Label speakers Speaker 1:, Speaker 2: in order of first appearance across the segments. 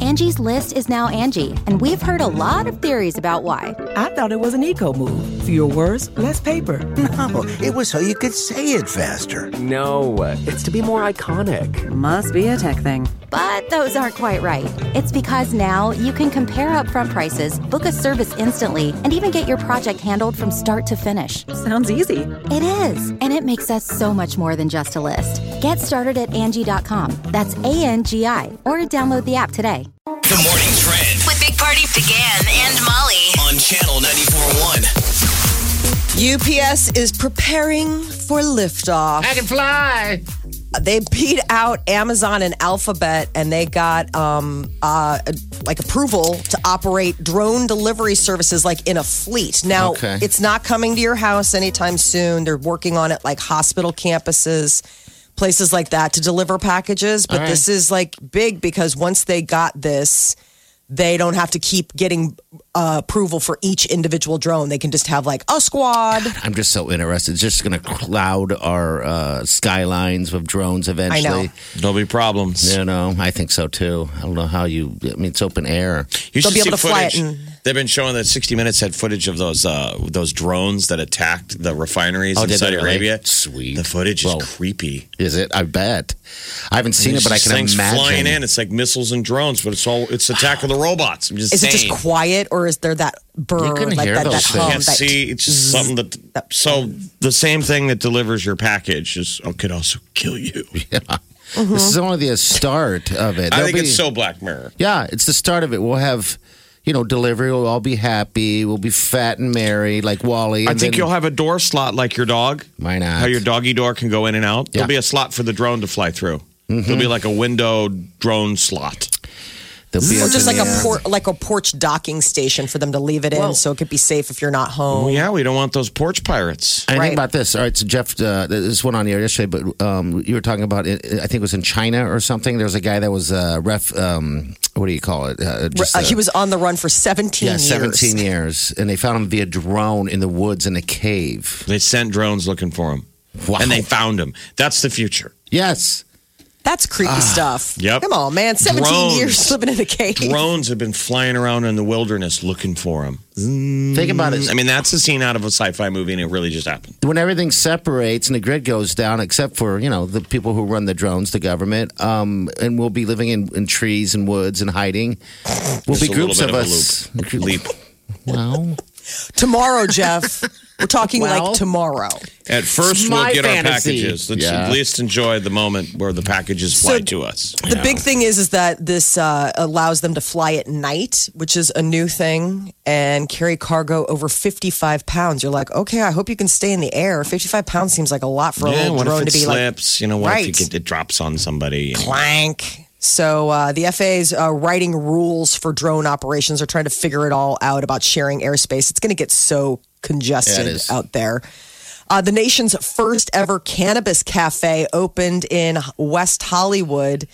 Speaker 1: Angie's list is now Angie, and we've heard a lot of theories about why.
Speaker 2: I thought it was an eco move. Fewer words, less paper.
Speaker 3: No, it was so you could say it faster.
Speaker 4: No, it's to be more iconic.
Speaker 5: Must be a tech thing.
Speaker 1: But those aren't quite right. It's because now you can compare upfront prices, book a service instantly, and even get your project handled from start to finish.
Speaker 5: Sounds easy.
Speaker 1: It is, and it makes us so much more than just a list. Get started at Angie.com. That's A N G I, or download the app today.
Speaker 6: The morning trend
Speaker 7: With Big Party began and Molly.
Speaker 6: on channel 94.1.
Speaker 8: UPS is preparing for liftoff.
Speaker 9: I can fly.
Speaker 8: They beat out Amazon and Alphabet, and they got um, uh, like approval to operate drone delivery services like in a fleet. Now,
Speaker 9: Okay.
Speaker 8: it's not coming to your house anytime soon. They're working on it like hospital campuses, places like that to deliver packages. But
Speaker 9: right.
Speaker 8: this is like big because once they got this, they don't have to keep getting uh, approval for each individual drone. They can just have like a squad.
Speaker 9: I'm just so interested. It's just going to cloud our uh, skylines with drones eventually.
Speaker 10: There'll be problems.
Speaker 9: You know, I think so too. I don't know how you. I mean, it's open air.
Speaker 10: You
Speaker 8: They'll
Speaker 10: should
Speaker 8: be
Speaker 10: see
Speaker 8: able to fly it
Speaker 10: footage.
Speaker 8: and-
Speaker 10: They've been showing that 60 Minutes had footage of those uh, those drones that attacked the refineries in
Speaker 9: Oh, did they
Speaker 10: Saudi
Speaker 9: really?
Speaker 10: Arabia.
Speaker 9: Sweet.
Speaker 10: The footage is
Speaker 9: Well,
Speaker 10: creepy.
Speaker 9: Is it? I bet. I haven't seen it, but I
Speaker 10: It's just
Speaker 9: can
Speaker 10: things
Speaker 9: imagine.
Speaker 10: flying in. It's like missiles and drones, but it's all it's attack of the robots. I'm just
Speaker 8: Is it
Speaker 10: saying.
Speaker 8: just quiet or is there that burr,
Speaker 9: can
Speaker 8: like
Speaker 9: hear
Speaker 8: that, that
Speaker 9: those things.
Speaker 8: hum?
Speaker 10: Can't
Speaker 8: that-
Speaker 10: see. It's just something that, So the same thing that delivers your package is oh, could also kill you.
Speaker 8: Mm-hmm.
Speaker 9: This is only the start of it.
Speaker 10: I
Speaker 9: There'll
Speaker 10: think
Speaker 9: be-
Speaker 10: it's so Black Mirror.
Speaker 9: Yeah, it's the start of it. We'll have, you know, delivery. We'll all be happy. We'll be fat and merry like Wally.
Speaker 10: I
Speaker 9: and
Speaker 10: think
Speaker 9: then-
Speaker 10: you'll have a door slot like your dog.
Speaker 9: Why not?
Speaker 10: How your doggy door can go in and out.
Speaker 9: Yeah.
Speaker 10: There'll be a slot for the drone to fly through. There'll be like a window drone slot.
Speaker 9: There'll be
Speaker 8: Or just like a
Speaker 9: Yeah.
Speaker 8: por- like a porch docking station for them to leave it in, so it could be safe if you're not home.
Speaker 10: Well, yeah, we don't want those porch pirates.
Speaker 9: And
Speaker 8: Right.
Speaker 9: think about this. All right, so Jeff, uh, this went on the air yesterday, but um, you were talking about it. I think it was in China or something. There was a guy that was uh, ref. Um, what do you call it? Uh, just,
Speaker 8: Uh,
Speaker 9: uh,
Speaker 8: he was on the run for 17
Speaker 9: yeah,
Speaker 8: years.
Speaker 9: seventeen years, and they found him via drone in the woods in a cave.
Speaker 10: They sent drones looking for them.
Speaker 9: Wow.
Speaker 10: And they found them. That's the future.
Speaker 9: Yes,
Speaker 8: That's creepy
Speaker 9: Ah,
Speaker 8: stuff.
Speaker 10: yep.
Speaker 8: Come on, man. 17
Speaker 10: Drones.
Speaker 8: years living in a cave.
Speaker 10: Drones have been flying around in the wilderness looking for them.
Speaker 9: think about it.
Speaker 10: I mean, that's a scene out of a sci-fi movie, and it really just happened.
Speaker 9: when everything separates and the grid goes down, except for you know the people who run the drones, the government, um, and we'll be living in, in trees and woods and hiding. We'll
Speaker 10: Just
Speaker 9: be
Speaker 10: a
Speaker 9: groups
Speaker 10: little bit
Speaker 9: of,
Speaker 10: of a
Speaker 9: us.
Speaker 10: Leap
Speaker 9: Wow.
Speaker 8: Tomorrow, Jeff. We're talking
Speaker 9: Well.
Speaker 8: like tomorrow.
Speaker 10: At first,
Speaker 9: It's
Speaker 10: we'll
Speaker 9: my
Speaker 10: get our
Speaker 9: fantasy.
Speaker 10: packages. Let's
Speaker 9: Yeah.
Speaker 10: at least enjoy the moment where the packages fly
Speaker 8: So-
Speaker 10: to us.
Speaker 8: The big thing is is that this uh, allows them to fly at night, which is a new thing, and carry cargo over 55 pounds. You're like, okay, I hope you can stay in the air. 55 pounds seems like a lot for a
Speaker 10: Yeah,
Speaker 8: little
Speaker 10: what
Speaker 8: drone
Speaker 10: if it
Speaker 8: to be like
Speaker 10: slips? you know, what
Speaker 8: Right.
Speaker 10: if it, get- it drops on somebody?
Speaker 8: Blank. So uh, the FAA's uh, writing rules for drone operations are trying to figure it all out about sharing airspace. It's going to get so congested
Speaker 9: Yeah, it is.
Speaker 8: out there. Uh, the nation's first ever cannabis cafe opened in West Hollywood.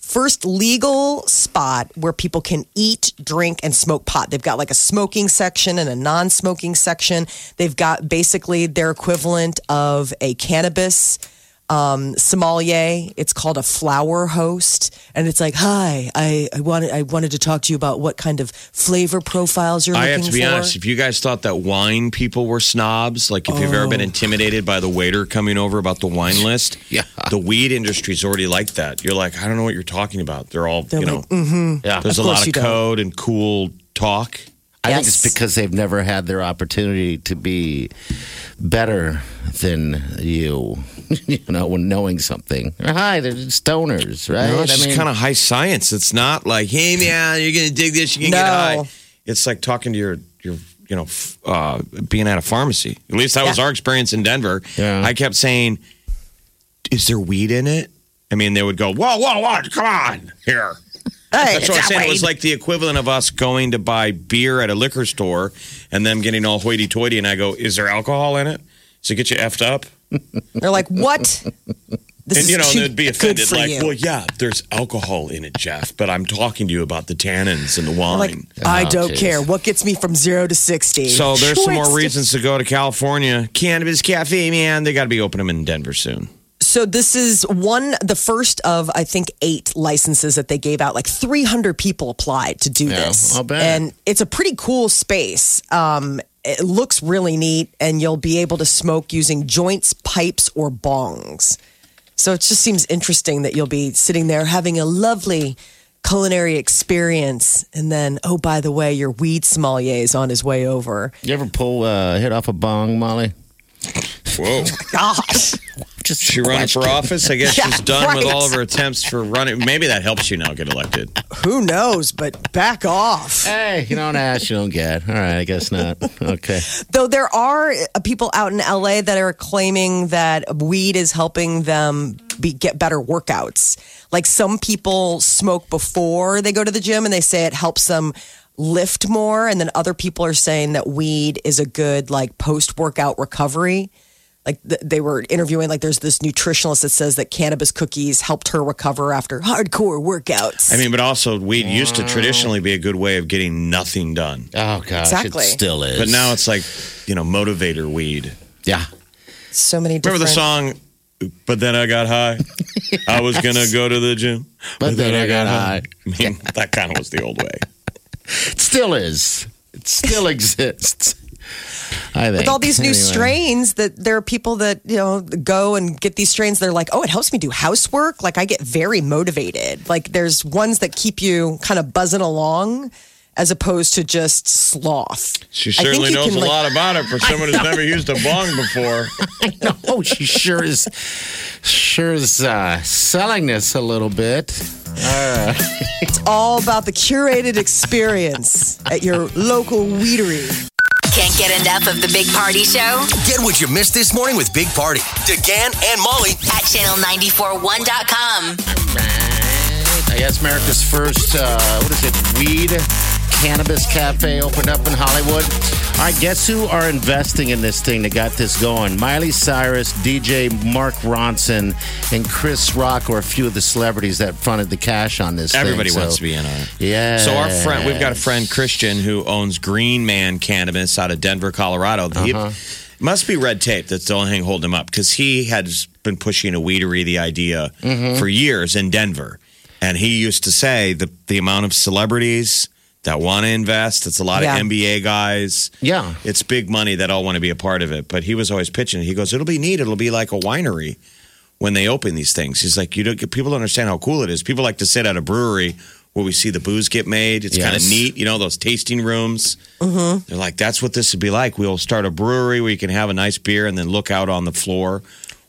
Speaker 8: First legal spot where people can eat, drink, and smoke pot. They've got like a smoking section and a non smoking section. They've got basically their equivalent of a cannabis um, sommelier. It's called a flower host, and it's like, hi, I, I wanted I wanted to talk to you about what kind of flavor profiles you're
Speaker 10: I
Speaker 8: looking
Speaker 10: have to be
Speaker 8: for.
Speaker 10: honest. If you guys thought that wine people were snobs, like if you've ever
Speaker 8: Oh.
Speaker 10: been intimidated by the waiter coming over about the wine list,
Speaker 9: Yeah.
Speaker 10: the weed industry's already like that. You're like, I don't know what you're talking about. They're all, you know,
Speaker 9: Yeah.
Speaker 10: there's
Speaker 8: "Mm-hmm."
Speaker 10: a
Speaker 8: Of course
Speaker 10: lot
Speaker 8: you
Speaker 10: of
Speaker 8: don't.
Speaker 10: code and cool talk.
Speaker 9: I think it's
Speaker 8: Yes.
Speaker 9: because they've never had their opportunity to be better than you, you know, when knowing something. Hi, they're just stoners, right?
Speaker 10: No, it's
Speaker 9: I
Speaker 10: just
Speaker 9: mean,
Speaker 10: kind of high science. It's not like, hey man, you're gonna dig this, you're
Speaker 8: No.
Speaker 10: gonna get high. It's like talking to your your you know f- uh, being at a pharmacy. At least that was
Speaker 8: Yeah.
Speaker 10: our experience in Denver.
Speaker 9: Yeah.
Speaker 10: I kept saying, "Is there weed in it?" I mean, they would go, "Whoa, whoa, whoa! Come on, here."
Speaker 8: Hey,
Speaker 10: That's what I'm
Speaker 8: it's
Speaker 10: saying. It
Speaker 8: outrage.
Speaker 10: was like the equivalent of us going to buy beer at a liquor store and them getting all hoity-toity, and I go, "Is there alcohol in it?" So get you effed up.
Speaker 8: They're like, what? This
Speaker 10: And you know,
Speaker 8: too
Speaker 10: they'd be
Speaker 8: good
Speaker 10: offended,
Speaker 8: for
Speaker 10: like,
Speaker 8: you.
Speaker 10: well, yeah, there's alcohol in it, Jeff, but I'm talking to you about the tannins and the wine.
Speaker 8: like I
Speaker 9: Oh,
Speaker 8: don't
Speaker 9: geez.
Speaker 8: care. What gets me from zero to sixty?
Speaker 10: so there's some more
Speaker 8: Choices.
Speaker 10: reasons to go to California. Cannabis Cafe, man, they got to be opening them in Denver soon.
Speaker 8: So this is one, the first of I think eight licenses that they gave out. Like 300 people applied to do
Speaker 9: Yeah,
Speaker 8: this,
Speaker 9: I'll bet.
Speaker 8: and it's a pretty cool space. Um, it looks really neat, and you'll be able to smoke using joints, pipes, or bongs. So it just seems interesting that you'll be sitting there having a lovely culinary experience, and then oh by the way, your weed sommelier is on his way over.
Speaker 9: You ever pull uh, hit off a bong, Molly?
Speaker 8: Oh
Speaker 10: Whoa.
Speaker 8: Gosh,
Speaker 9: Just
Speaker 10: She
Speaker 9: a
Speaker 10: running for
Speaker 9: question.
Speaker 10: office? I guess
Speaker 8: Yeah,
Speaker 10: she's done with
Speaker 8: right.
Speaker 10: all of her attempts for running. Maybe that helps you now get elected.
Speaker 8: who knows? But back off.
Speaker 9: Hey, you don't ask, you don't get. All right, I guess not. Okay.
Speaker 8: Though there are uh, people out in LA that are claiming that weed is helping them be, get better workouts. Like some people smoke before they go to the gym and they say it helps them lift more. And then other people are saying that weed is a good like post workout recovery. Like th- they were interviewing, like there's this nutritionalist that says that cannabis cookies helped her recover after hardcore workouts.
Speaker 10: I mean, but also weed used to traditionally be a good way of getting nothing done.
Speaker 9: Oh gosh,
Speaker 8: Exactly.
Speaker 9: it still is.
Speaker 10: But now it's like, you know, motivator weed.
Speaker 9: yeah.
Speaker 8: so many different.
Speaker 10: Remember the song, But Then I Got High? I was going to go to the gym.
Speaker 9: But then I got high.
Speaker 10: I mean, that kind of was the old way.
Speaker 9: It still is. It still exists. I think.
Speaker 8: with all these new
Speaker 9: Anyway.
Speaker 8: strains that there are people that you know go and get these strains they're like oh it helps me do housework like i get very motivated like there's ones that keep you kind of buzzing along as opposed to just sloth
Speaker 10: She
Speaker 8: I think
Speaker 10: certainly
Speaker 8: you
Speaker 10: knows
Speaker 8: can,
Speaker 10: a
Speaker 8: like-
Speaker 10: lot about it for someone who's never used a bong before.
Speaker 9: No, oh, she sure is. Sure is uh, selling this a little bit.
Speaker 8: it's all about the curated experience at your local weedery
Speaker 7: Can't get enough of the Big Party Show
Speaker 6: Get what you missed this morning with Big Party. DeGan and Molly
Speaker 7: at channel941.com.
Speaker 9: I guess America's first, uh, what is it, weed cannabis cafe opened up in Hollywood. All right, guess who are investing in this thing that got this going? Miley Cyrus, DJ Mark Ronson, and Chris Rock are a few of the celebrities that fronted the cash on this
Speaker 10: Everybody
Speaker 9: thing.
Speaker 10: wants
Speaker 9: So-
Speaker 10: to be in on it.
Speaker 9: Yeah.
Speaker 10: So our friend, we've got a friend Christian who owns Green Man Cannabis out of Denver, Colorado. He- must be red tape that's the only thing holding him up because he has been pushing a weedery the idea for years in Denver, and he used to say the the amount of celebrities that want to invest. It's a lot
Speaker 8: Yeah.
Speaker 10: of NBA guys.
Speaker 9: Yeah.
Speaker 10: it's big money that all want to be a part of it. But he was always pitching. it. He goes, "It'll be neat. It'll be like a winery." when they open these things. He's like, you don't get people don't understand how cool it is. People like to sit at a brewery where we see the booze get made. It's kind of
Speaker 9: Yes.
Speaker 10: neat, you know, those tasting rooms. Mm-hmm. They're like, that's what this would be like. We'll start a brewery where you can have a nice beer and then look out on the floor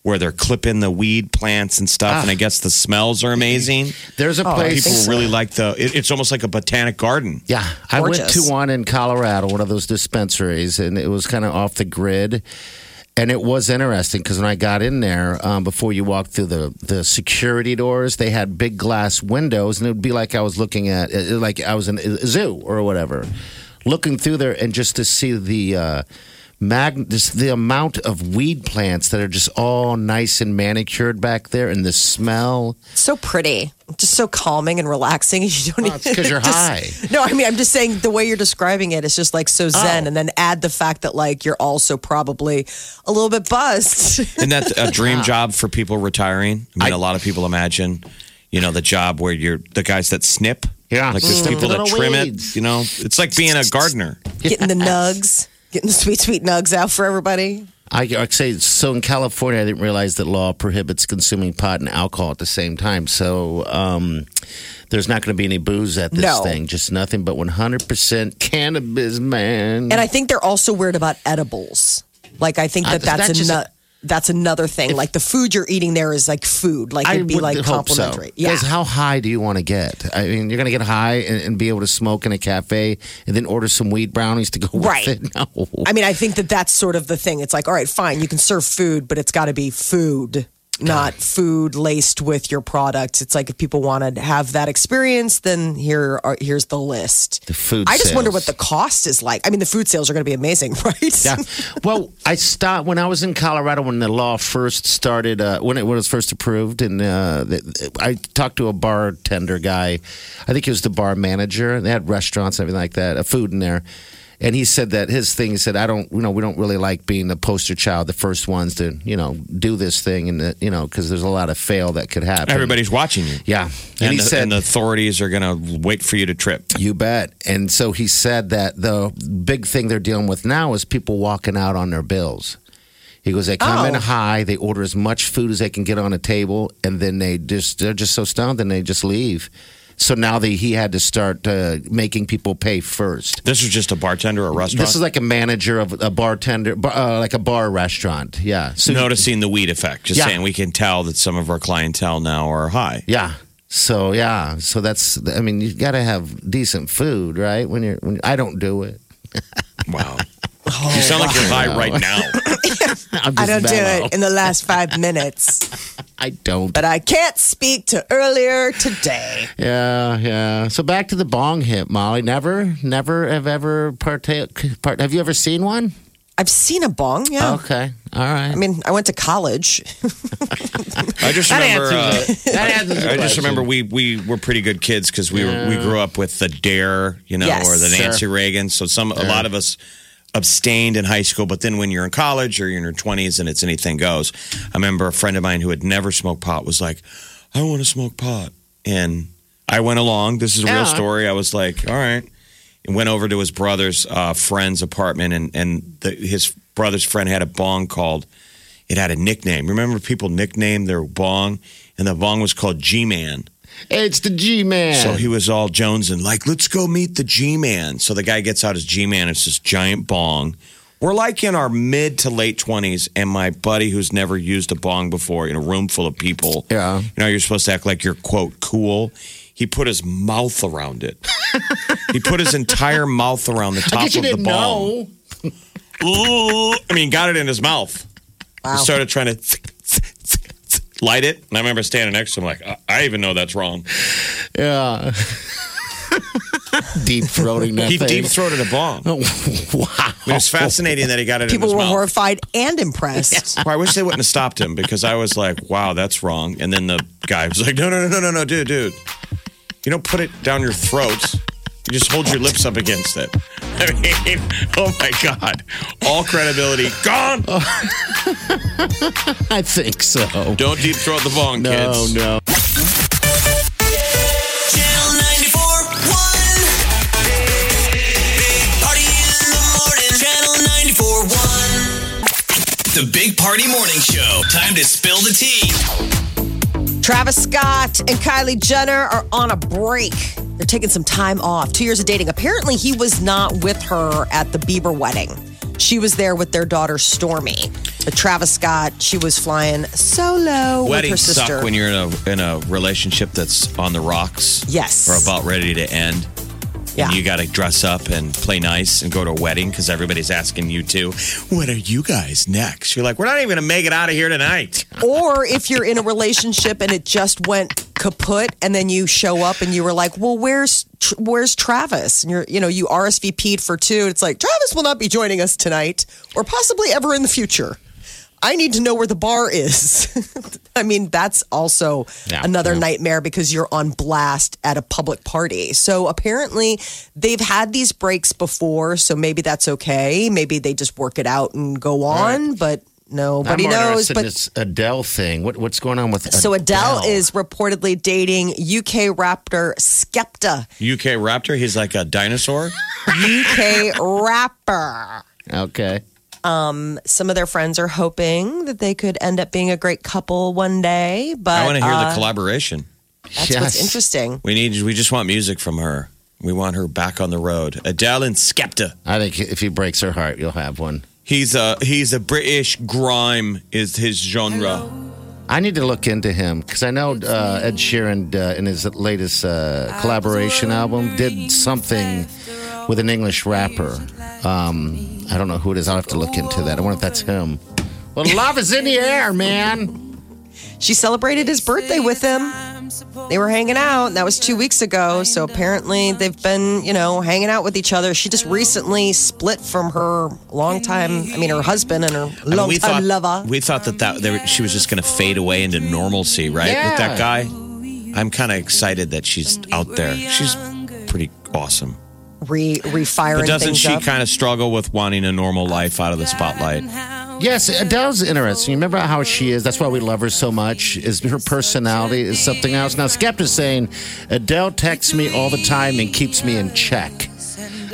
Speaker 10: where they're clipping the weed plants and stuff. And I guess the smells are amazing.
Speaker 9: There's a place.
Speaker 10: Oh, People really like the. It, it's almost like a botanic garden.
Speaker 9: Yeah, I went
Speaker 8: Gorgeous.
Speaker 9: to one in Colorado, one of those dispensaries, and it was kind of off the grid. And it was interesting because when I got in there, um, before you walked through the, the security doors, they had big glass windows, and it would be like I was looking at, uh, like I was in a zoo or whatever, looking through there, and just to see the uh, mag- just the amount of weed plants that are just all nice and manicured back there, and the smell.
Speaker 8: so pretty just so calming and relaxing you don't
Speaker 9: Well, it's 'cause you're
Speaker 8: just-
Speaker 9: high. Oh.
Speaker 8: no i mean i'm just saying the way you're describing it is just like so zen and then add the fact that like you're also probably a little bit buzzed
Speaker 10: Isn't that a dream job for people retiring? I mean, a lot of people imagine, you know, the job where you're the guys that snip.
Speaker 9: Yeah,
Speaker 10: Like there's
Speaker 9: snip the
Speaker 10: people that
Speaker 9: little
Speaker 10: trim
Speaker 9: weeds.
Speaker 10: it. You know, it's like being a gardener.
Speaker 8: getting the nugs, getting the sweet, sweet nugs out for everybody.
Speaker 9: I, I say so in California. I didn't realize that law prohibits consuming pot and alcohol at the same time. So um, there's not going to be any booze at this
Speaker 8: No.
Speaker 9: thing. Just nothing but 100% cannabis, man.
Speaker 8: And I think they're also weird about edibles. Like I think
Speaker 9: Mm. I-
Speaker 8: that that's
Speaker 9: that's just-
Speaker 8: ano- that's another thing. like the food you're eating there is like food. Like it'd be
Speaker 9: would
Speaker 8: like
Speaker 9: hope so.
Speaker 8: complimentary. Yeah.
Speaker 9: 'Cause how high do you want to get? I mean, you're going to get high and, and be able to smoke in a cafe and then order some weed brownies to go with
Speaker 8: Right.
Speaker 9: it. No.
Speaker 8: I mean, I think that that's sort of the thing. It's like, all right, fine, you can serve food, but it's got to be food, not food laced with your products. It's like if people want to have that experience, then here are, here's the list.
Speaker 9: the food
Speaker 8: I just wonder what
Speaker 9: sales.
Speaker 8: the cost is like. I mean, the food sales are going to be amazing, right?
Speaker 9: Yeah. Well, I stopped when I was in Colorado when the law first started, uh, when, it, when it was first approved. And uh, th- I talked to a bartender guy. I think he was the bar manager. And they had restaurants and everything like that, uh, food in there. and he said that his thing he said I don't you know we don't really like being the poster child, the first ones to you know do this thing, and that, you know because there's a lot of fail that could happen.
Speaker 10: Everybody's watching you.
Speaker 9: yeah,
Speaker 10: And, the, and the authorities are going to wait for you to trip.
Speaker 9: You bet. And so he said that the big thing they're dealing with now is people walking out on their bills. He goes, they come
Speaker 8: Oh.
Speaker 9: in high, they order as much food as they can get on a table, and then they just they're just so stunned and they just leave. So now they, he had to start uh, making people pay first.
Speaker 10: This is just a bartender or a restaurant.
Speaker 9: This is like a manager of a bartender, bar, uh, like a bar restaurant. Yeah. So
Speaker 10: noticing the weed effect. Just
Speaker 9: Yeah.
Speaker 10: saying, we can tell that some of our clientele now are high.
Speaker 9: Yeah. So yeah. So that's. I mean, you got to have decent food, right? When you're, when I don't do it.
Speaker 10: Wow.
Speaker 9: Oh,
Speaker 10: you sound like you're high right now.
Speaker 9: I'm
Speaker 8: I
Speaker 9: just
Speaker 8: don't do
Speaker 9: mellow.
Speaker 8: it in the last five minutes,
Speaker 9: I don't.
Speaker 8: but I can't speak to earlier today.
Speaker 9: Yeah, yeah. So back to the bong hit, Molly. Never, never have ever partake. Part, have you ever seen one?
Speaker 8: I've seen a bong, yeah.
Speaker 9: Okay, all right.
Speaker 8: I mean, I went to college.
Speaker 10: I just remember. Uh,
Speaker 9: that answers your
Speaker 10: I just
Speaker 9: question.
Speaker 10: remember we we were pretty good kids because we were, we grew up with the Dare, you know,
Speaker 8: Yes.
Speaker 10: or the Nancy Reagan. So some a lot of us abstained in high school, but then when you're in college or you're in your twenties and it's anything goes. I remember a friend of mine who had never smoked pot was like, "I want to smoke pot," and I went along. This is a real
Speaker 9: Yeah.
Speaker 10: story. I was like, "All right." And went over to his brother's uh, friend's apartment, and and the, his brother's friend had a bong called it had a nickname. Remember, people nicknamed their bong, and the bong was called G Man.
Speaker 9: It's the G man.
Speaker 10: So he was all Jones and like, let's go meet the G Man. So the guy gets out his G Man. It's this giant bong. We're like in our mid to late twenties, and my buddy who's never used a bong before in a room full of people.
Speaker 9: Yeah.
Speaker 10: you know, you're supposed to act like you're quote cool. He put his mouth around it. he put his entire mouth around the top
Speaker 9: I guess you
Speaker 10: of the
Speaker 9: didn't
Speaker 10: bong.
Speaker 9: know.
Speaker 10: Ooh. I mean, got it in his mouth. He started trying to light it. And I remember standing next to him, like, I, I even know that's wrong.
Speaker 9: Yeah. deep throating that
Speaker 10: He
Speaker 9: thing.
Speaker 10: deep throated a bomb.
Speaker 9: Oh, wow.
Speaker 10: It was fascinating that he got it
Speaker 8: People
Speaker 10: in his
Speaker 8: were
Speaker 10: mouth.
Speaker 8: horrified and impressed.
Speaker 10: Well, I wish they wouldn't have stopped him because I was like, wow, that's wrong. And then the guy was like, no, no, no, no, no, no, dude, dude. You don't put it down your throat. You just hold your lips up against it. I mean, oh my God. All credibility gone.
Speaker 9: Oh. I think so.
Speaker 10: Don't deep throat the bong,
Speaker 9: no,
Speaker 10: kids.
Speaker 9: no.
Speaker 6: Channel 94 1. Big Party in the morning. Channel 94 1. The Big Party Morning Show. Time to spill the tea.
Speaker 8: Travis Scott and Kylie Jenner are on a break. They're taking some time off, two years of dating. Apparently, he was not with her at the Bieber wedding. She was there with their daughter Stormy. But Travis Scott, she was flying solo with her
Speaker 10: Weddings
Speaker 8: sister.
Speaker 10: suck when you're in a in a relationship that's on the rocks.
Speaker 8: Yes.
Speaker 10: Or about ready to end.
Speaker 8: yeah.
Speaker 10: You got to dress up and play nice and go to a wedding because everybody's asking you to. When are you guys next? You're like, we're not even gonna make it out of here tonight.
Speaker 8: or if you're in a relationship and it just went kaput, and then you show up and you were like, "Well, where's where's Travis?" And you're you know you RSVP'd for two. It's like Travis will not be joining us tonight, or possibly ever in the future. I need to know where the bar is. I mean, that's also another nightmare because you're on blast at a public party. So apparently, they've had these breaks before, so maybe that's okay. Maybe they just work it out and go on, but nobody
Speaker 9: I'm more
Speaker 8: knows.
Speaker 9: interested in
Speaker 8: But
Speaker 9: this Adele thing. What, what's going on with Adele?
Speaker 8: so Adele is reportedly dating UK rapper Skepta.
Speaker 10: UK Raptor, he's like a dinosaur.
Speaker 8: UK rapper.
Speaker 9: Okay.
Speaker 8: Some of their friends are hoping that they could end up being a great couple one day, but
Speaker 10: I want to hear
Speaker 8: uh,
Speaker 10: the collaboration.
Speaker 8: that's what's interesting.
Speaker 10: We need. We just want music from her. We want her back on the road. Adele and Skepta.
Speaker 9: I think if he breaks her heart, you'll have one.
Speaker 10: He's a he's a British grime is his genre.
Speaker 9: I need to look into him because I know uh, Ed Sheeran uh, in his latest uh, collaboration album did something with an English rapper. Um, I don't know who it is. I'll have to look into that. I wonder if that's him. Well, love is in the air, man.
Speaker 8: She celebrated his birthday with him. They were hanging out, and that was two weeks ago. So apparently, they've been, you know, hanging out with each other. She just recently split from her longtime, I mean, her husband and her
Speaker 10: I mean,
Speaker 8: longtime lover.
Speaker 10: We thought that, that they were, she was just going to fade away into normalcy, right? With that guy. I'm kind of excited that she's out there. She's pretty awesome.
Speaker 8: re refiring.
Speaker 10: But doesn't
Speaker 8: things
Speaker 10: she
Speaker 8: up.
Speaker 10: kind of struggle with wanting a normal life out of the spotlight?
Speaker 9: Yes, Adele's interesting. Remember how she is? That's why we love her so much. Is her personality is something else? Now, Skepta's saying Adele texts me all the time and keeps me in check.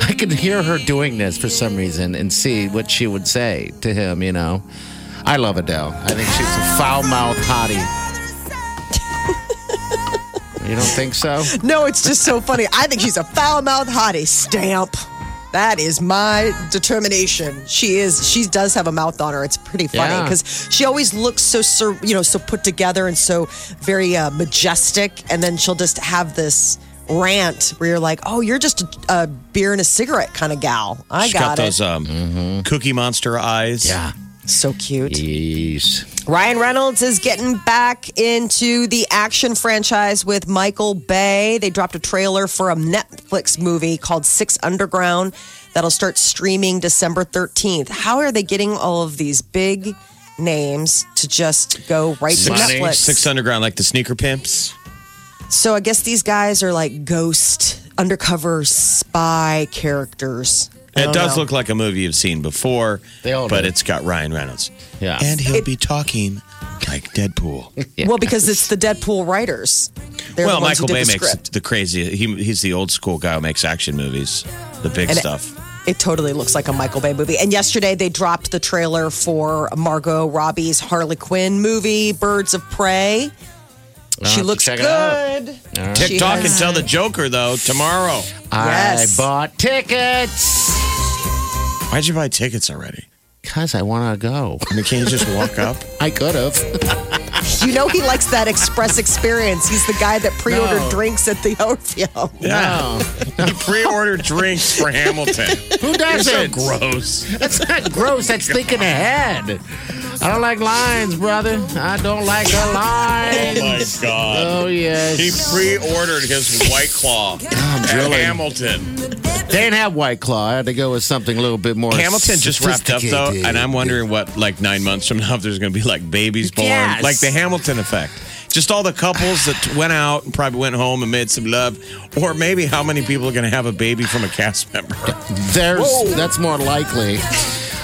Speaker 9: I could hear her doing this for some reason and see what she would say to him. You know, I love Adele. I think she's a foul mouthed hottie. you don't think so?
Speaker 8: No, it's just so funny. I think she's a foul mouthed hottie. Stamp. That is my determination. She is. She does have a mouth on her. It's pretty funny
Speaker 9: Yeah.
Speaker 8: because she always looks so, sur- you know, so put together and so very uh, majestic, and then she'll just have this rant where you're like, "Oh, you're just a, a beer and a cigarette kind of gal." I
Speaker 10: She's
Speaker 8: got,
Speaker 10: got,
Speaker 8: it.
Speaker 10: those um, cookie monster eyes.
Speaker 9: Mm-hmm. Yeah.
Speaker 8: so cute.
Speaker 9: Jeez.
Speaker 8: Ryan Reynolds is getting back into the action franchise with Michael Bay. They dropped a trailer for a Netflix movie called Six Underground that'll start streaming December 13th. How are they getting all of these big names to just go right to
Speaker 9: Money.
Speaker 8: Netflix?
Speaker 10: Six Underground, like the sneaker pimps.
Speaker 8: So I guess these guys are like ghost, undercover spy characters. I
Speaker 10: It
Speaker 8: don't
Speaker 10: does
Speaker 8: know.
Speaker 10: look like a movie you've seen before,
Speaker 9: They all
Speaker 10: but
Speaker 9: do.
Speaker 10: it's got Ryan Reynolds.
Speaker 9: Yeah.
Speaker 10: And he'll be talking like Deadpool.
Speaker 8: Well, because it's the Deadpool writers. They're
Speaker 10: well,
Speaker 8: the ones who
Speaker 10: Michael
Speaker 8: did
Speaker 10: Bay
Speaker 8: the
Speaker 10: makes
Speaker 8: script.
Speaker 10: the crazy. He, he's the old school guy who makes action movies, the big
Speaker 8: And it-
Speaker 10: stuff.
Speaker 8: It totally looks like a Michael Bay movie. And yesterday they dropped the trailer for Margot Robbie's Harley Quinn movie, Birds of Prey.
Speaker 9: I'll
Speaker 8: she
Speaker 9: have to
Speaker 8: looks
Speaker 9: check
Speaker 8: good.
Speaker 9: it out.
Speaker 8: She
Speaker 10: TikTok and
Speaker 8: has-
Speaker 10: tell the Joker though tomorrow.
Speaker 8: Yes.
Speaker 9: I bought tickets
Speaker 10: Why'd you buy tickets already?
Speaker 9: because I want to go.
Speaker 10: I mean, can't you just walk up?
Speaker 9: I could have.
Speaker 8: You know he likes that express experience. He's the guy that pre-ordered
Speaker 9: No.
Speaker 8: drinks at the Orpheum.
Speaker 9: No.
Speaker 10: You pre-order drinks for Hamilton.
Speaker 9: Who
Speaker 10: You're so
Speaker 9: doesn't?
Speaker 10: gross.
Speaker 9: That's not gross. That's thinking ahead. I don't like lines, brother. I don't like the
Speaker 10: Oh
Speaker 9: lines.
Speaker 10: my god.
Speaker 9: Oh
Speaker 10: He
Speaker 9: yes.
Speaker 10: pre-ordered his White Claw
Speaker 9: I'm
Speaker 10: at
Speaker 9: drooling.
Speaker 10: Hamilton.
Speaker 9: They didn't have White Claw. I had to go with something a little bit more.
Speaker 10: Hamilton just wrapped up though,
Speaker 9: sophisticated.
Speaker 10: and I'm wondering what like nine months from now if there's going to be like babies born,
Speaker 9: Yes.
Speaker 10: like the Hamilton effect. Just all the couples that went out and probably went home and made some love, or maybe how many people are going to have a baby from a cast member?
Speaker 9: There's that's more likely.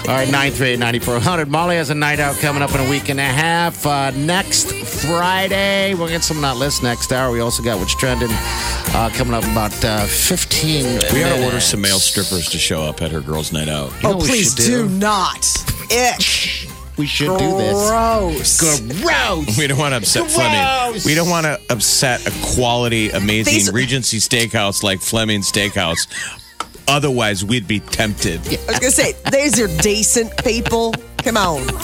Speaker 9: All right, 938-9400. Molly has a night out coming up in a week and a half. Uh, next Friday, we'll get some not list next hour. We also got what's trending uh, coming up in about uh, 15
Speaker 10: We got
Speaker 9: minutes.
Speaker 10: to order some male strippers to show up at her girls' night out.
Speaker 9: You know
Speaker 8: oh,
Speaker 9: what we
Speaker 8: please
Speaker 9: should
Speaker 8: do. not. Ick.
Speaker 9: We should do this.
Speaker 8: Gross.
Speaker 9: Gross.
Speaker 10: We don't want to upset Fleming.
Speaker 9: Gross.
Speaker 10: We don't want to upset a quality, amazing
Speaker 8: These-
Speaker 10: Regency steakhouse like Fleming Steakhouse. Otherwise, we'd be tempted.
Speaker 8: I was gonna say, these are decent people. Come on.
Speaker 7: Wake up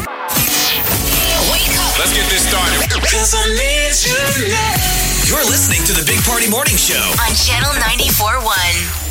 Speaker 6: Let's get this started. You're listening to the Big Party Morning Show.
Speaker 7: on Channel 94.1.